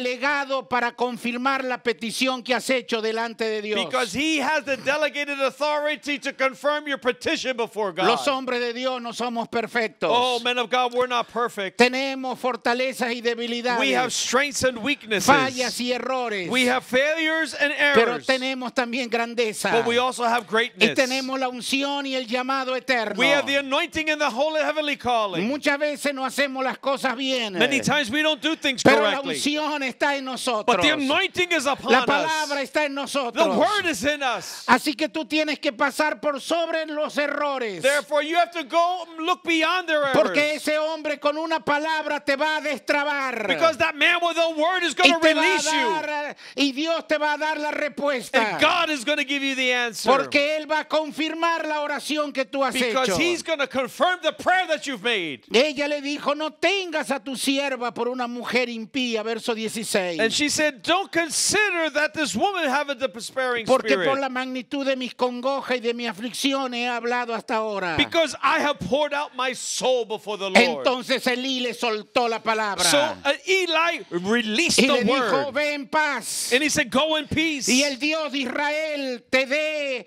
S1: delegado para confirmar la petición que has hecho delante de Dios.
S2: Because he has the delegated authority to confirm your petition before
S1: Los
S2: God.
S1: hombres de Dios no somos perfectos.
S2: Oh, men of God, we're not perfect.
S1: Tenemos fortalezas y
S2: We have
S1: debilidades,
S2: strengths and
S1: fallas
S2: weaknesses.
S1: y errores,
S2: We have failures and
S1: pero
S2: errors.
S1: tenemos también grandeza.
S2: But we also have
S1: Y
S2: greatness.
S1: tenemos la unción y el llamado eterno.
S2: We have the anointing and the holy heavenly calling.
S1: Muchas veces no hacemos las cosas bien,
S2: Many times we don't do things
S1: pero la
S2: correctly.
S1: unción está en nosotros.
S2: But the anointing is
S1: La
S2: upon
S1: palabra
S2: us.
S1: está en
S2: The
S1: nosotros.
S2: word is in us.
S1: Así que tú tienes que pasar por sobre los errores.
S2: Therefore, you have to go and look beyond their
S1: Porque
S2: errors.
S1: ese hombre con una palabra te va a destrabar.
S2: Because that man with a word is
S1: y,
S2: going to
S1: te va a
S2: release you.
S1: dar- eh, y Dios te va a dar la respuesta.
S2: And God is going to give you the answer.
S1: porque Él va a confirmar la oración que tú has
S2: Because
S1: hecho.
S2: he's going to confirm the prayer that you've made.
S1: Ella le dijo, no tengas a tu sierva por una mujer impía, verso 16.
S2: And she said, Don't consider that this woman have a despairing
S1: porque por la
S2: spirit.
S1: magnitud de mis congojas y de mi aflicción he hablado hasta ahora.
S2: Because I have poured out my soul before the Lord.
S1: Entonces Elí le soltó la palabra.
S2: So uh, Eli released
S1: y le
S2: the
S1: dijo,
S2: word.
S1: ve en paz.
S2: And he said, Go in peace.
S1: y el Dios de Israel te dé,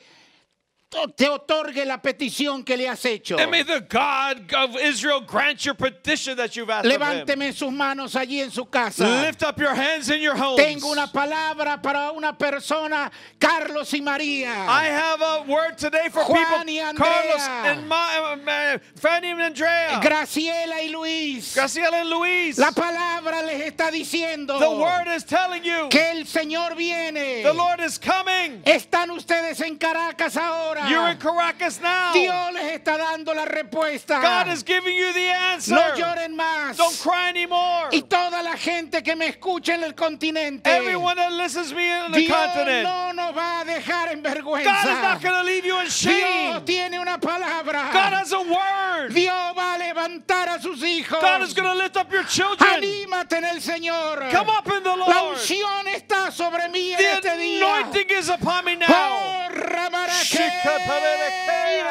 S1: te otorgue la petición que le has hecho.
S2: And may the God of Israel grant your petition that you've asked of him.
S1: Levánteme sus manos allí en su casa.
S2: Lift up your hands in your homes.
S1: Tengo una palabra para una persona, Carlos y
S2: I
S1: María,
S2: have a word today for
S1: Juan
S2: people.
S1: y Andrea.
S2: Carlos and Ma- uh, Ma- Fanny and Andrea.
S1: Graciela y Luis.
S2: Graciela and Luis.
S1: La palabra les está diciendo
S2: the word is telling you.
S1: que el Señor viene.
S2: The Lord is coming.
S1: Están ustedes en Caracas ahora.
S2: You're in Caracas now.
S1: Dios les está dando la respuesta.
S2: God is giving you the answer.
S1: No lloren más.
S2: Don't cry anymore.
S1: Y toda la gente que me escucha en el continente.
S2: Everyone that listens to me on the
S1: Dios
S2: continent.
S1: no nos va a dejar en vergüenza.
S2: God is not going to leave you in shame.
S1: Dios tiene una palabra.
S2: God has a word.
S1: Dios va a levantar a sus hijos.
S2: God is going to lift up your children.
S1: Anímate en el Señor.
S2: Come up in the
S1: La
S2: Lord.
S1: unción está sobre mí en
S2: The
S1: este día.
S2: anointing is upon me now.
S1: Oh, Ramaraque,
S2: Shikaparerekea.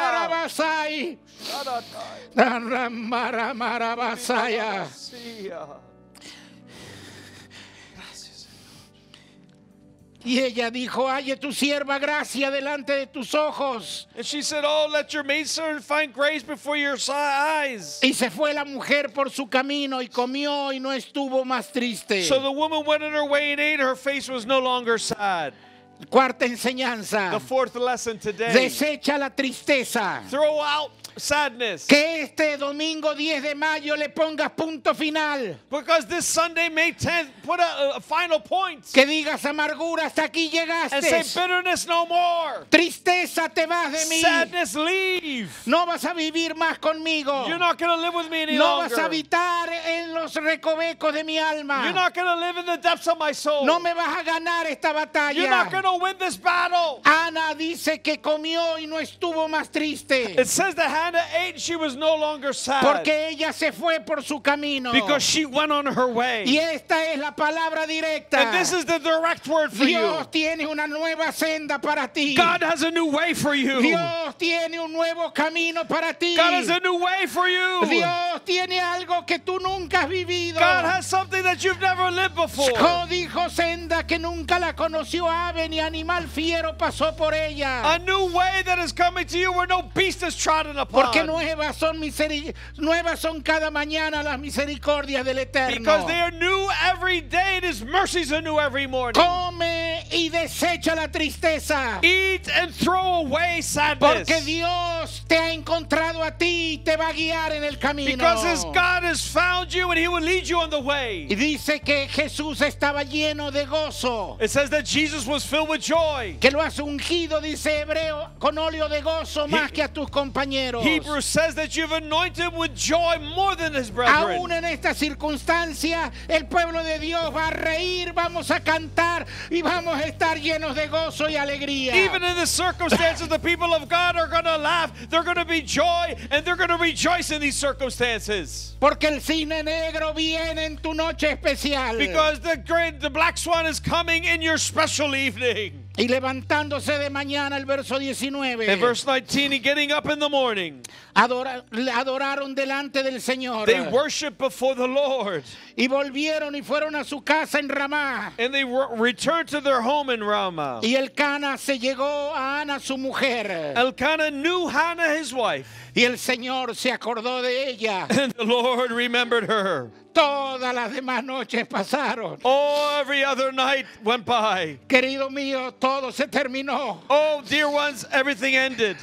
S1: Yarabasai, Ramaramarabasaya.
S2: Gracias.
S1: Y ella dijo, halle tu sierva gracia delante de tus ojos.
S2: And she said, Oh, let your maidservant find grace before your si- eyes.
S1: Y se fue la mujer por su camino y comió y no estuvo más triste.
S2: So the woman went on her way and ate. Her face was no longer sad.
S1: Cuarta enseñanza.
S2: The fourth lesson today
S1: Desecha la tristeza.
S2: throw out sadness.
S1: Que este domingo 10 de mayo le pongas punto final.
S2: Because this Sunday, May 10th, put a, a final point
S1: Que digas amargura, hasta aquí
S2: and say,
S1: llegaste.
S2: Bitterness no more.
S1: Tristeza, te vas de mí.
S2: Sadness, leave.
S1: No vas a vivir más conmigo.
S2: You're not going to live with me any
S1: No
S2: longer.
S1: vas a habitar en los recovecos de mi
S2: You're
S1: alma.
S2: not going to live in the depths of my soul.
S1: No me vas a ganar esta
S2: You're not
S1: batalla.
S2: going to win this battle.
S1: Ana dice que comió y no estuvo más triste.
S2: It says that Hannah ate and she was no longer sad.
S1: Porque ella se fue por su camino.
S2: Because she went on her way.
S1: Y esta es la palabra directa.
S2: And this is the direct word for you.
S1: Dios tiene una nueva senda para ti.
S2: God has a new way for you.
S1: Dios tiene un nuevo camino para ti.
S2: God has a new way for you.
S1: Dios tiene algo que tú nunca has vivido.
S2: God has something that you've never lived before.
S1: Jo dijo senda que nunca la conoció ave ni animal fiero pasó por
S2: A
S1: ella.
S2: new way that is coming to you where no beast is trodden upon.
S1: Porque nuevas son miseri- nuevas son cada mañana las misericordias del
S2: Because
S1: Eterno.
S2: they are new every day and his mercies are new every morning.
S1: Come y desecha la tristeza.
S2: Eat and throw away sadness.
S1: Porque Dios te ha encontrado a ti y te va a guiar en el camino.
S2: Because his God has found you and he will lead you on the
S1: Y
S2: way.
S1: dice que Jesús estaba lleno de gozo.
S2: It says that Jesus was filled with joy.
S1: Que lo has ungido, dice Hebreo, con óleo de gozo más que a tus compañeros.
S2: Hebrews says that you've anointed him with joy more than his
S1: Aún
S2: brethren.
S1: en esta circunstancia, el pueblo de Dios va a reír, vamos a cantar y vamos a estar llenos de gozo y alegría.
S2: Even in the circumstances, the people of God are going to laugh. They're going to be joy and they're going to rejoice in these circumstances.
S1: Porque el cine negro viene en tu noche especial.
S2: Because the great, the black swan is coming in your special evening.
S1: Y levantándose de mañana, el verso 19.
S2: In verse 19, he getting up in the morning.
S1: adora- le adoraron delante del Señor.
S2: They worship before the Lord.
S1: Y volvieron y fueron a su casa en Ramá.
S2: And they re- return to their home in Ramah.
S1: Y el Cana se llegó a Ana, su mujer.
S2: Elkanah knew Hannah, his wife,
S1: Y el Señor se acordó de ella.
S2: and the Lord remembered her.
S1: Todas las demás noches pasaron.
S2: Oh, every other night went by.
S1: Querido mío, todo se terminó.
S2: Oh, dear ones, everything ended.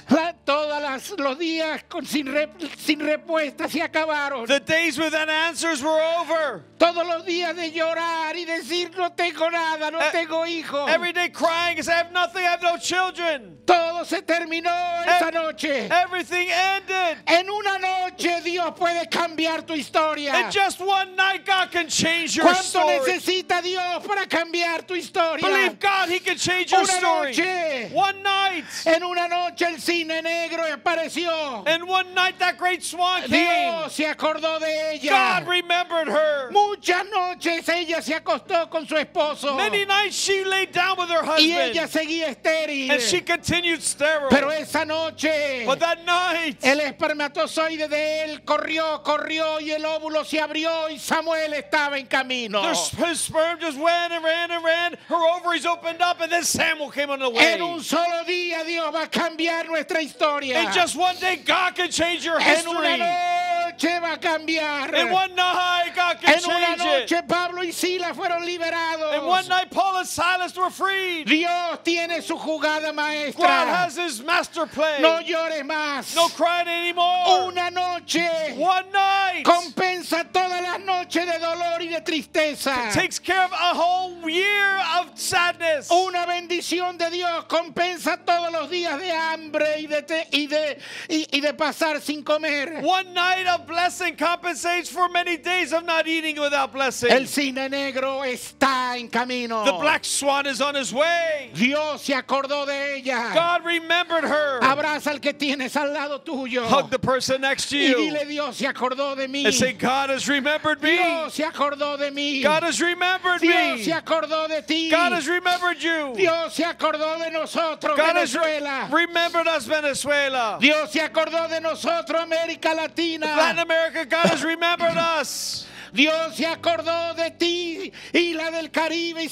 S1: Todos los días con- sin, re- sin respuesta se acabaron.
S2: The days without answers were over.
S1: Todos los días de llorar y decir no tengo nada, no
S2: Eh,
S1: tengo hijos.
S2: Every day crying is I have nothing, I have no children.
S1: Todo se terminó esa
S2: Eh,
S1: noche.
S2: Everything ended.
S1: En una noche Dios puede cambiar tu historia.
S2: In just one night, God can change your
S1: ¿Cuánto
S2: story.
S1: necesita Dios para cambiar tu historia?
S2: Believe God, He can change your
S1: Una
S2: story.
S1: noche.
S2: One night.
S1: En una noche el cine negro apareció.
S2: And one night, that great swan came.
S1: Dios se acordó de ella.
S2: God remembered her.
S1: Muchas noches ella se acostó con su esposo
S2: Many nights, she laid down with her
S1: y ella
S2: husband.
S1: seguía estéril.
S2: And she continued sterile.
S1: Pero esa noche
S2: But that night,
S1: el espermatozoide de él corrió, corrió y el óvulo se abrió y Samuel estaba en camino.
S2: their s- his sperm just went and ran and ran. Her ovaries opened up, and then Samuel came on the way.
S1: En un solo día Dios va a cambiar nuestra historia.
S2: In just one day, God can change your
S1: En una
S2: history.
S1: noche va a cambiar.
S2: In one night, God can
S1: En una
S2: change
S1: noche
S2: it.
S1: Pablo y Sila fueron liberados.
S2: In one night, Paul and Silas were freed.
S1: Dios tiene su jugada
S2: God
S1: maestra.
S2: has his master plan.
S1: No Oh, llores más.
S2: No crying anymore.
S1: Una noche
S2: One night
S1: compensa todas las noches de dolor y de tristeza.
S2: takes care of a whole year of sadness.
S1: Una bendición de Dios compensa todos los días de hambre y de, te- y de, y- y de pasar sin comer.
S2: One night of blessing compensates for many days of not eating without blessing.
S1: El cine negro está en camino.
S2: the black swan is on his way.
S1: Dios se acordó de ella.
S2: God remembered her.
S1: Abraza al que tienes al lado tuyo.
S2: Hug the person next to
S1: Y
S2: you
S1: dile Dios se acordó de mí.
S2: and say, God has remembered me.
S1: Dios se acordó de mí.
S2: God has remembered
S1: Dios
S2: me.
S1: se acordó de ti.
S2: God has remembered you.
S1: Dios se acordó de nosotros,
S2: God has re-
S1: Venezuela.
S2: remembered us, Venezuela.
S1: Dios se acordó de nosotros, América
S2: Latin
S1: Latina.
S2: America, God has remembered us.
S1: Dios se acordó de ti y la del Caribe y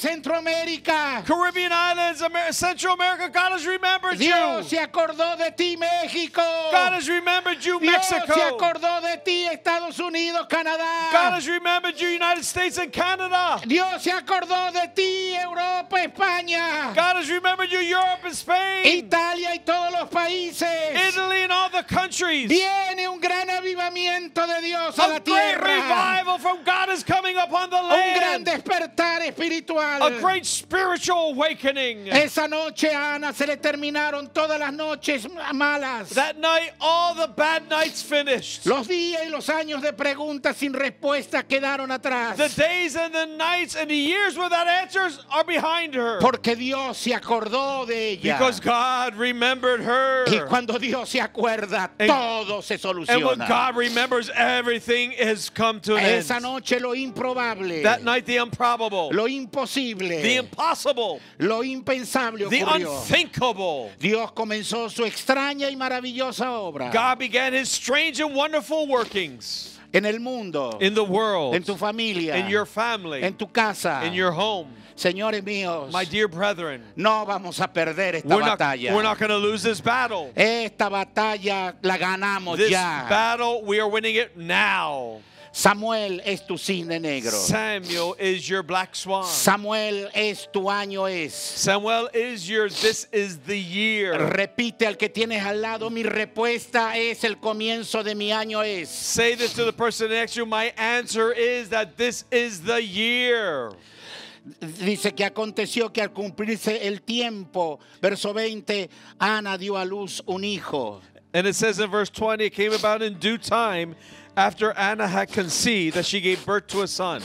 S1: Centroamérica.
S2: Caribbean islands, Amer- Central America, God has remembered
S1: Dios
S2: you.
S1: se acordó de ti, México.
S2: God has remembered you,
S1: Dios
S2: Mexico.
S1: se acordó de ti, Estados Unidos, Canadá.
S2: God has remembered you, United States and Canada.
S1: Dios se acordó de ti, Europa, España,
S2: God has remembered you, Europe and Spain,
S1: Italia y todos los países.
S2: Italy and all the countries.
S1: Viene un gran avivamiento de Dios a
S2: A
S1: la
S2: great
S1: tierra.
S2: revival from God is coming upon the
S1: Un gran
S2: land.
S1: despertar
S2: A
S1: espiritual.
S2: great spiritual awakening.
S1: Esa noche a Ana se le terminaron todas las noches malas.
S2: That night, all the bad nights finished.
S1: Los días y los años de preguntas sin respuesta quedaron
S2: The
S1: atrás.
S2: days and the nights and the years without answers are behind her.
S1: Porque Dios se acordó de ella.
S2: Because God remembered her.
S1: Y cuando Dios se acuerda,
S2: And-
S1: todo se
S2: And when
S1: soluciona.
S2: God remembers, everything has come to an
S1: Esa
S2: end.
S1: noche lo improbable,
S2: That night, the improbable,
S1: lo
S2: the
S1: imposible,
S2: impossible,
S1: lo impensable
S2: the
S1: ocurrió.
S2: unthinkable.
S1: Dios comenzó su extraña y maravillosa obra
S2: God began his strange and wonderful workings
S1: en el mundo,
S2: in the world,
S1: en tu familia,
S2: in your family,
S1: en tu casa.
S2: in your home.
S1: Señores míos,
S2: My dear brethren,
S1: no vamos a perder esta
S2: we're not,
S1: batalla.
S2: we're not going to lose this battle.
S1: Esta batalla la ganamos
S2: This
S1: ya.
S2: battle, we are winning it now.
S1: Samuel es tu cisne negro.
S2: Samuel is your black swan.
S1: Samuel es tu año es.
S2: Samuel is your this is the year.
S1: Repite al que tienes al lado, mi respuesta es el comienzo de mi año es.
S2: Say this to the person next to you. My answer is that this is the year.
S1: Dice que aconteció que al cumplirse el tiempo, verso 20, Ana dio a luz un hijo.
S2: And it says in verse 20, it came about in due time after Anna had conceived that she gave birth to a son.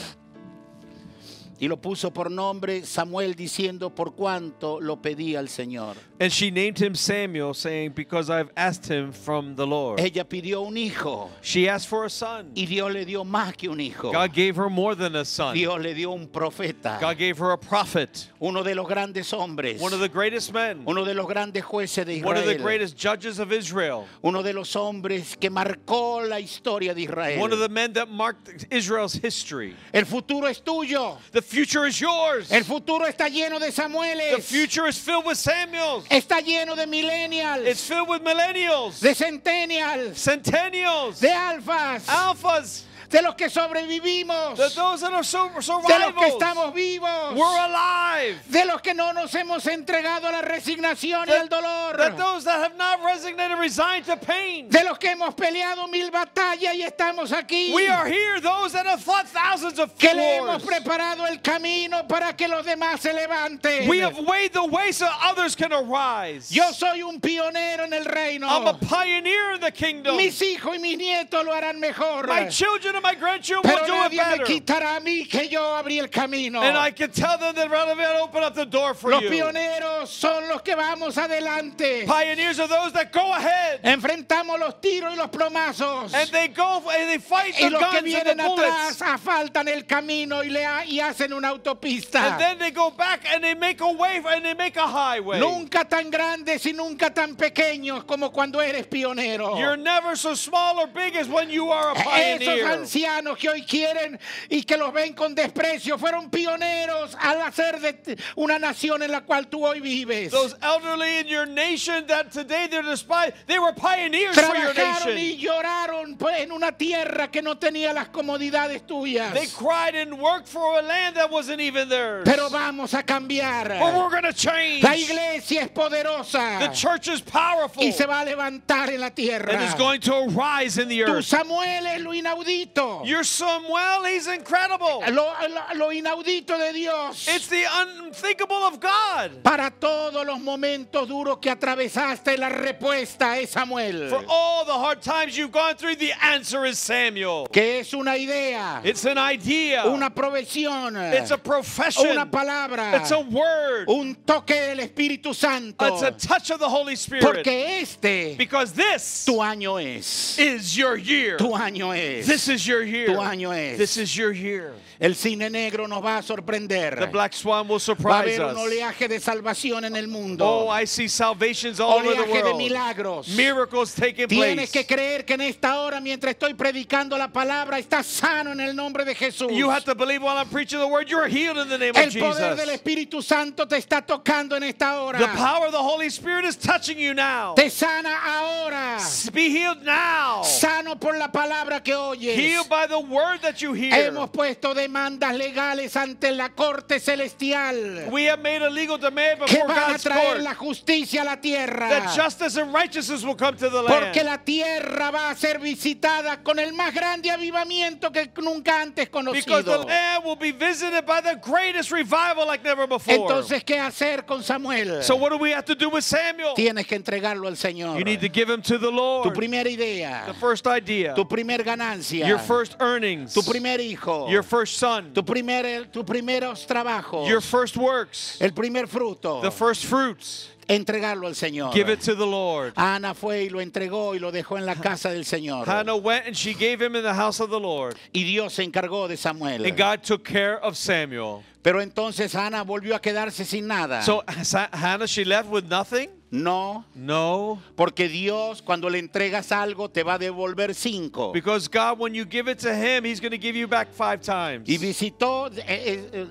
S1: Y lo puso por nombre Samuel diciendo por cuánto lo pedía al Señor.
S2: And she named him Samuel, saying, Because I've asked him from the Lord.
S1: Ella pidió un hijo
S2: She asked for a son.
S1: y Dios le dio más que un hijo.
S2: God gave her more than a son.
S1: Dios le dio un profeta,
S2: God gave her a prophet,
S1: uno de los grandes hombres,
S2: one of the greatest men,
S1: uno de los grandes jueces de
S2: one of the
S1: Israel,
S2: greatest judges of Israel,
S1: uno de los hombres que marcó la historia de Israel.
S2: one of the men that marked Israel's history.
S1: El futuro es tuyo.
S2: The future is yours.
S1: El futuro está lleno de
S2: The
S1: Samueles.
S2: future is filled with Samuels.
S1: Está lleno de millennials,
S2: It's filled with millennials,
S1: de centennials,
S2: centennials,
S1: de alfas,
S2: alphas,
S1: de los que sobrevivimos,
S2: the, those that are sur-
S1: de los que
S2: survivals.
S1: estamos vivos,
S2: We're alive.
S1: de los que no nos hemos entregado a la resignación y
S2: That-
S1: al dolor.
S2: That those that have not resignated, resigned to pain.
S1: de los que hemos peleado mil batallas y estamos aquí.
S2: We are here, those that have fought thousands of
S1: que le hemos
S2: wars.
S1: preparado el camino para que los demás se levanten.
S2: We have weighed the way so others can arise.
S1: Yo soy un pionero en el
S2: I'm a
S1: reino.
S2: pioneer in the kingdom.
S1: Mis hijos y mis nietos lo harán mejor.
S2: My children and my grandchildren will
S1: Pero
S2: do
S1: nadie
S2: it
S1: me
S2: better.
S1: quitará a mí que yo abrí el camino.
S2: And I can tell them that rather than open up the door for
S1: Los
S2: you.
S1: pioneros son los que vamos adelante.
S2: Pioneers are those that go ahead
S1: Enfrentamos los tiros y los plomazos.
S2: and they go and they fight
S1: Y
S2: the
S1: los que
S2: guns and
S1: vienen
S2: the
S1: atrás
S2: bullets.
S1: asfaltan el camino y, le ha- y hacen una
S2: And
S1: autopista.
S2: then they go back and they make a way and they make a highway.
S1: Nunca tan grandes y nunca tan pequeños como cuando eres pionero.
S2: You're never so small or big as when you are a
S1: Esos
S2: pioneer.
S1: ancianos que hoy quieren y que los ven con desprecio fueron pioneros al hacer de t- una nación en la cual tú hoy vives.
S2: Those elderly in your nation that today they're despised, they were pioneers for your
S1: Trabajaron y
S2: nation.
S1: lloraron pues, en una tierra que no tenía las comodidades tuyas.
S2: They cried and worked for a land that wasn't even theirs.
S1: Pero vamos a cambiar.
S2: But we're going to change.
S1: La iglesia es poderosa
S2: The church is powerful
S1: y se
S2: and
S1: va a levantar en la tierra.
S2: is going to arise in the
S1: Tu
S2: earth.
S1: Samuel es lo inaudito.
S2: Your Samuel, he's incredible.
S1: Lo, lo- lo inaudito de Dios.
S2: It's the unthinkable of God.
S1: Para todos los momentos duros que atravesaste, la respuesta es Samuel.
S2: For all the hard times you've gone through, the answer is Samuel.
S1: Que es una idea,
S2: It's an idea.
S1: una profesión,
S2: It's a profession.
S1: una palabra,
S2: It's a word.
S1: un toque del Espíritu Santo.
S2: It's a touch of the Holy Spirit.
S1: Porque este
S2: Because this
S1: tu año es.
S2: is your year.
S1: Tu año es.
S2: This is your year.
S1: Tu año es.
S2: This is your year.
S1: El cine negro nos va a sorprender.
S2: The black swan
S1: Va
S2: will
S1: a
S2: surprise
S1: haber un
S2: us.
S1: oleaje de salvación en el mundo.
S2: Oh, I see salvations all over the
S1: oleaje de
S2: world.
S1: milagros.
S2: Miracles taking
S1: Tienes
S2: place.
S1: que creer que en esta hora, mientras estoy predicando la palabra, estás sano en el nombre de Jesús.
S2: You have to believe while I'm preaching the word, you're healed in the name of
S1: el poder del
S2: Jesus.
S1: Espíritu Santo te está tocando en esta hora.
S2: The power of the Holy Spirit is touching you now.
S1: te sana ahora.
S2: Be healed now.
S1: Sano por la palabra que oyes.
S2: Healed by the word that you hear.
S1: Hemos puesto demandas legales ante la Corte Celestial
S2: We have made a legal demand
S1: que
S2: before
S1: van a
S2: God's
S1: traer
S2: court
S1: la justicia a la tierra.
S2: that justice and righteousness will come to the land.
S1: Porque la tierra va a ser visitada con el más grande avivamiento que nunca antes
S2: Because the
S1: conocido.
S2: land will be visited by the greatest revival like never before.
S1: Entonces, ¿qué hacer con Samuel?
S2: so what do we have to do with Samuel?
S1: Tienes que entregarlo al Señor.
S2: You need to give him to the
S1: Tu
S2: Lord.
S1: primera idea,
S2: the first idea,
S1: tu primer ganancia,
S2: your first earnings,
S1: tu primer hijo,
S2: your first son,
S1: tu primer, tus primeros trabajos,
S2: your first works,
S1: el primer fruto,
S2: the first fruits.
S1: entregarlo al Señor.
S2: Give it to the Lord.
S1: Ana fue y lo entregó y lo dejó en la casa del Señor.
S2: Hannah went and she gave him in the house of the Lord.
S1: Y Dios se encargó de Samuel.
S2: And God took care of Samuel.
S1: Pero entonces Ana volvió a quedarse sin nada.
S2: So Sa- Hannah, she left with nothing?
S1: no,
S2: No.
S1: porque Dios cuando le entregas algo te va a devolver cinco.
S2: Because God, when you give it to him, he's going to give you back five times.
S1: Y visitó, eh, eh, eh,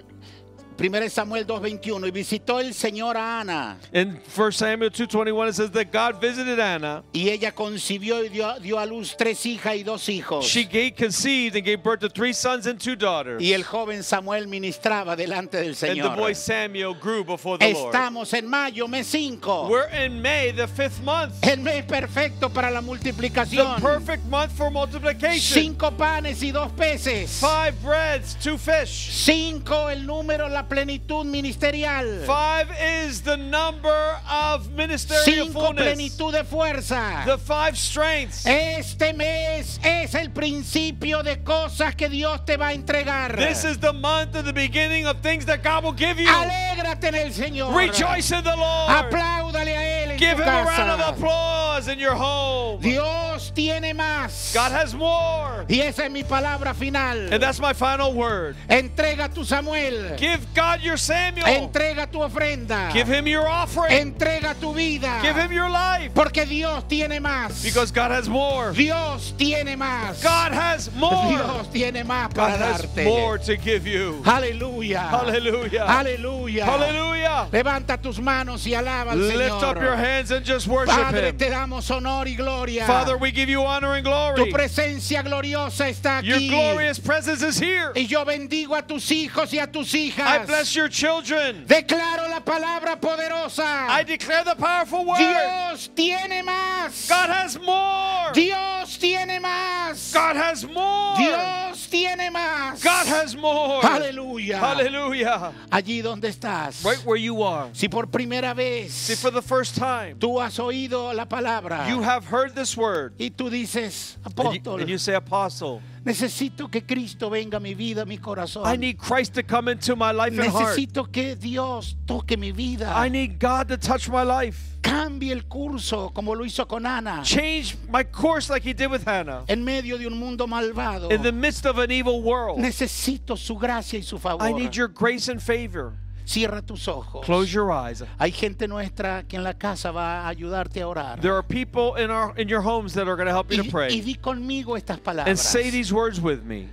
S1: 1 Samuel 2.21, y visitó el Señor a Ana.
S2: In 1 Samuel 2.21, it says that God visited Anna.
S1: Y ella concibió y dio, dio a luz tres hijas y dos hijos.
S2: She gave, conceived and gave birth to three sons and two daughters.
S1: y el joven Samuel ministraba delante del
S2: and the
S1: Señor.
S2: boy Samuel grew before the Lord.
S1: Estamos en mayo, mes 5.
S2: We're in May, the fifth month.
S1: El mes perfecto para la
S2: The
S1: multiplicación.
S2: perfect month for multiplication.
S1: Cinco panes y dos peces.
S2: Five breads, two fish.
S1: Cinco el número, la plenitud ministerial.
S2: Five is the number of ministerial
S1: Cinco
S2: fullness.
S1: plenitud de fuerza.
S2: The five strengths.
S1: Este mes es el principio de cosas que Dios te va a entregar.
S2: This is the month of the beginning of things that God will give you.
S1: Alégrate en el Señor.
S2: Rejoice in the Lord.
S1: Apláudale a Él en
S2: Give
S1: tu
S2: him a round
S1: casa.
S2: of applause in your home.
S1: Dios tiene más.
S2: God has more.
S1: Y esa es mi palabra
S2: And
S1: final.
S2: that's my final word.
S1: Entrega tu Samuel.
S2: Give God your Samuel.
S1: Entrega tu ofrenda.
S2: Give him your offering.
S1: Entrega tu vida.
S2: Give him your life.
S1: Porque Dios tiene más.
S2: Because God has more.
S1: Dios tiene más.
S2: God has more.
S1: Dios tiene más para
S2: God has
S1: darte.
S2: more to give you.
S1: Aleluya.
S2: Hallelujah.
S1: Aleluya.
S2: Hallelujah.
S1: Levanta tus manos y alaba al
S2: Lift
S1: Señor.
S2: up your hands and just worship
S1: Padre,
S2: him.
S1: te damos honor y gloria.
S2: Father, we give you honor and
S1: tu
S2: glory.
S1: presencia gloriosa está
S2: Your
S1: aquí.
S2: glorious presence is here.
S1: Y yo bendigo a tus hijos y a tus hijas.
S2: I bless your children.
S1: Declaro la palabra poderosa.
S2: I declare the powerful word.
S1: Dios tiene más.
S2: God has more.
S1: Dios tiene más.
S2: God has more.
S1: Dios tiene más.
S2: God has more.
S1: Aleluya.
S2: Hallelujah.
S1: Allí donde estás.
S2: Right where you are.
S1: Si por primera vez
S2: See, for the first time,
S1: tú has oído la palabra
S2: you have heard this word.
S1: y tú dices,
S2: And you,
S1: apóstol,
S2: and you say, Apostle,
S1: necesito que Cristo venga a mi vida, a mi corazón.
S2: I need Christ to come into my life and heart.
S1: necesito que Dios toque mi vida.
S2: I need God to touch my life.
S1: Cambie el curso como lo hizo con Ana.
S2: Change my course like He did with Hannah.
S1: En medio de un mundo malvado.
S2: In the midst of an evil world,
S1: Necesito su gracia y su favor.
S2: I need your grace and favor.
S1: Cierra tus ojos.
S2: Close your eyes.
S1: Hay gente nuestra que en la casa va a ayudarte a orar.
S2: There are people in our in your homes that are going to help
S1: Y,
S2: you to
S1: y
S2: pray.
S1: di conmigo estas
S2: And
S1: palabras.
S2: say these words with me.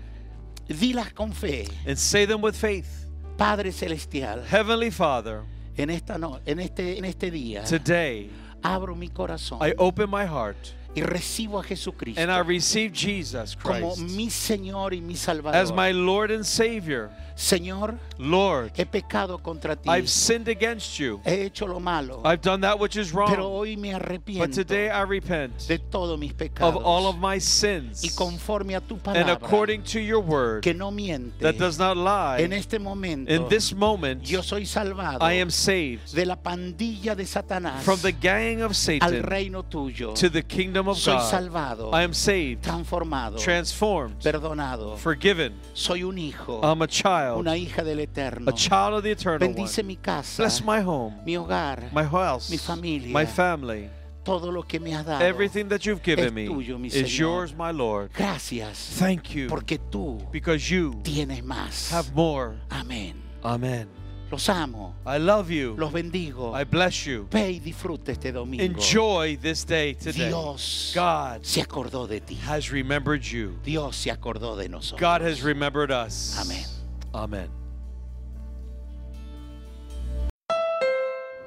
S1: Dilas con fe.
S2: And say them with faith.
S1: Padre celestial,
S2: Heavenly Father,
S1: en esta no- en este en este día
S2: today
S1: abro mi corazón
S2: I open my heart
S1: y recibo a Jesucristo
S2: and I receive Jesus
S1: como
S2: Christ
S1: mi Señor y mi Salvador.
S2: as my Lord and Savior.
S1: Señor,
S2: Lord,
S1: he pecado contra ti.
S2: I've sinned against you.
S1: He hecho lo malo,
S2: I've done that which is
S1: pero
S2: wrong.
S1: hoy me
S2: But
S1: arrepiento
S2: today I repent
S1: de todos mis
S2: of
S1: pecados
S2: all of my
S1: y
S2: sins.
S1: conforme a tu
S2: And
S1: palabra
S2: according to your word
S1: que no miente.
S2: that does not
S1: En
S2: lie,
S1: este momento
S2: in this moment
S1: yo soy salvado
S2: I am saved
S1: de la pandilla de Satanás
S2: from the gang of
S1: al
S2: Satan
S1: reino tuyo.
S2: to the kingdom of
S1: Soy
S2: God.
S1: salvado,
S2: I am saved,
S1: transformado,
S2: transformed,
S1: perdonado.
S2: forgiven.
S1: Soy un hijo,
S2: I'm a child,
S1: una hija del Eterno.
S2: a child of the eternal one.
S1: Bendice mi casa,
S2: Bless my home,
S1: mi hogar,
S2: my house,
S1: mi familia.
S2: my family.
S1: todo lo que me has dado.
S2: Everything that you've
S1: Es
S2: given me
S1: tuyo, mi
S2: is
S1: Señor.
S2: yours, my Lord.
S1: Gracias,
S2: Thank you
S1: porque tú
S2: because you
S1: tienes más.
S2: have more.
S1: Amén.
S2: Amen.
S1: Los amo,
S2: I love you.
S1: los bendigo.
S2: I bless you.
S1: Ve y disfruta este domingo.
S2: Enjoy this day today.
S1: Dios
S2: God
S1: se acordó de ti.
S2: has remembered you.
S1: Dios se acordó de nosotros.
S2: God has remembered us.
S1: Amen.
S2: Amen.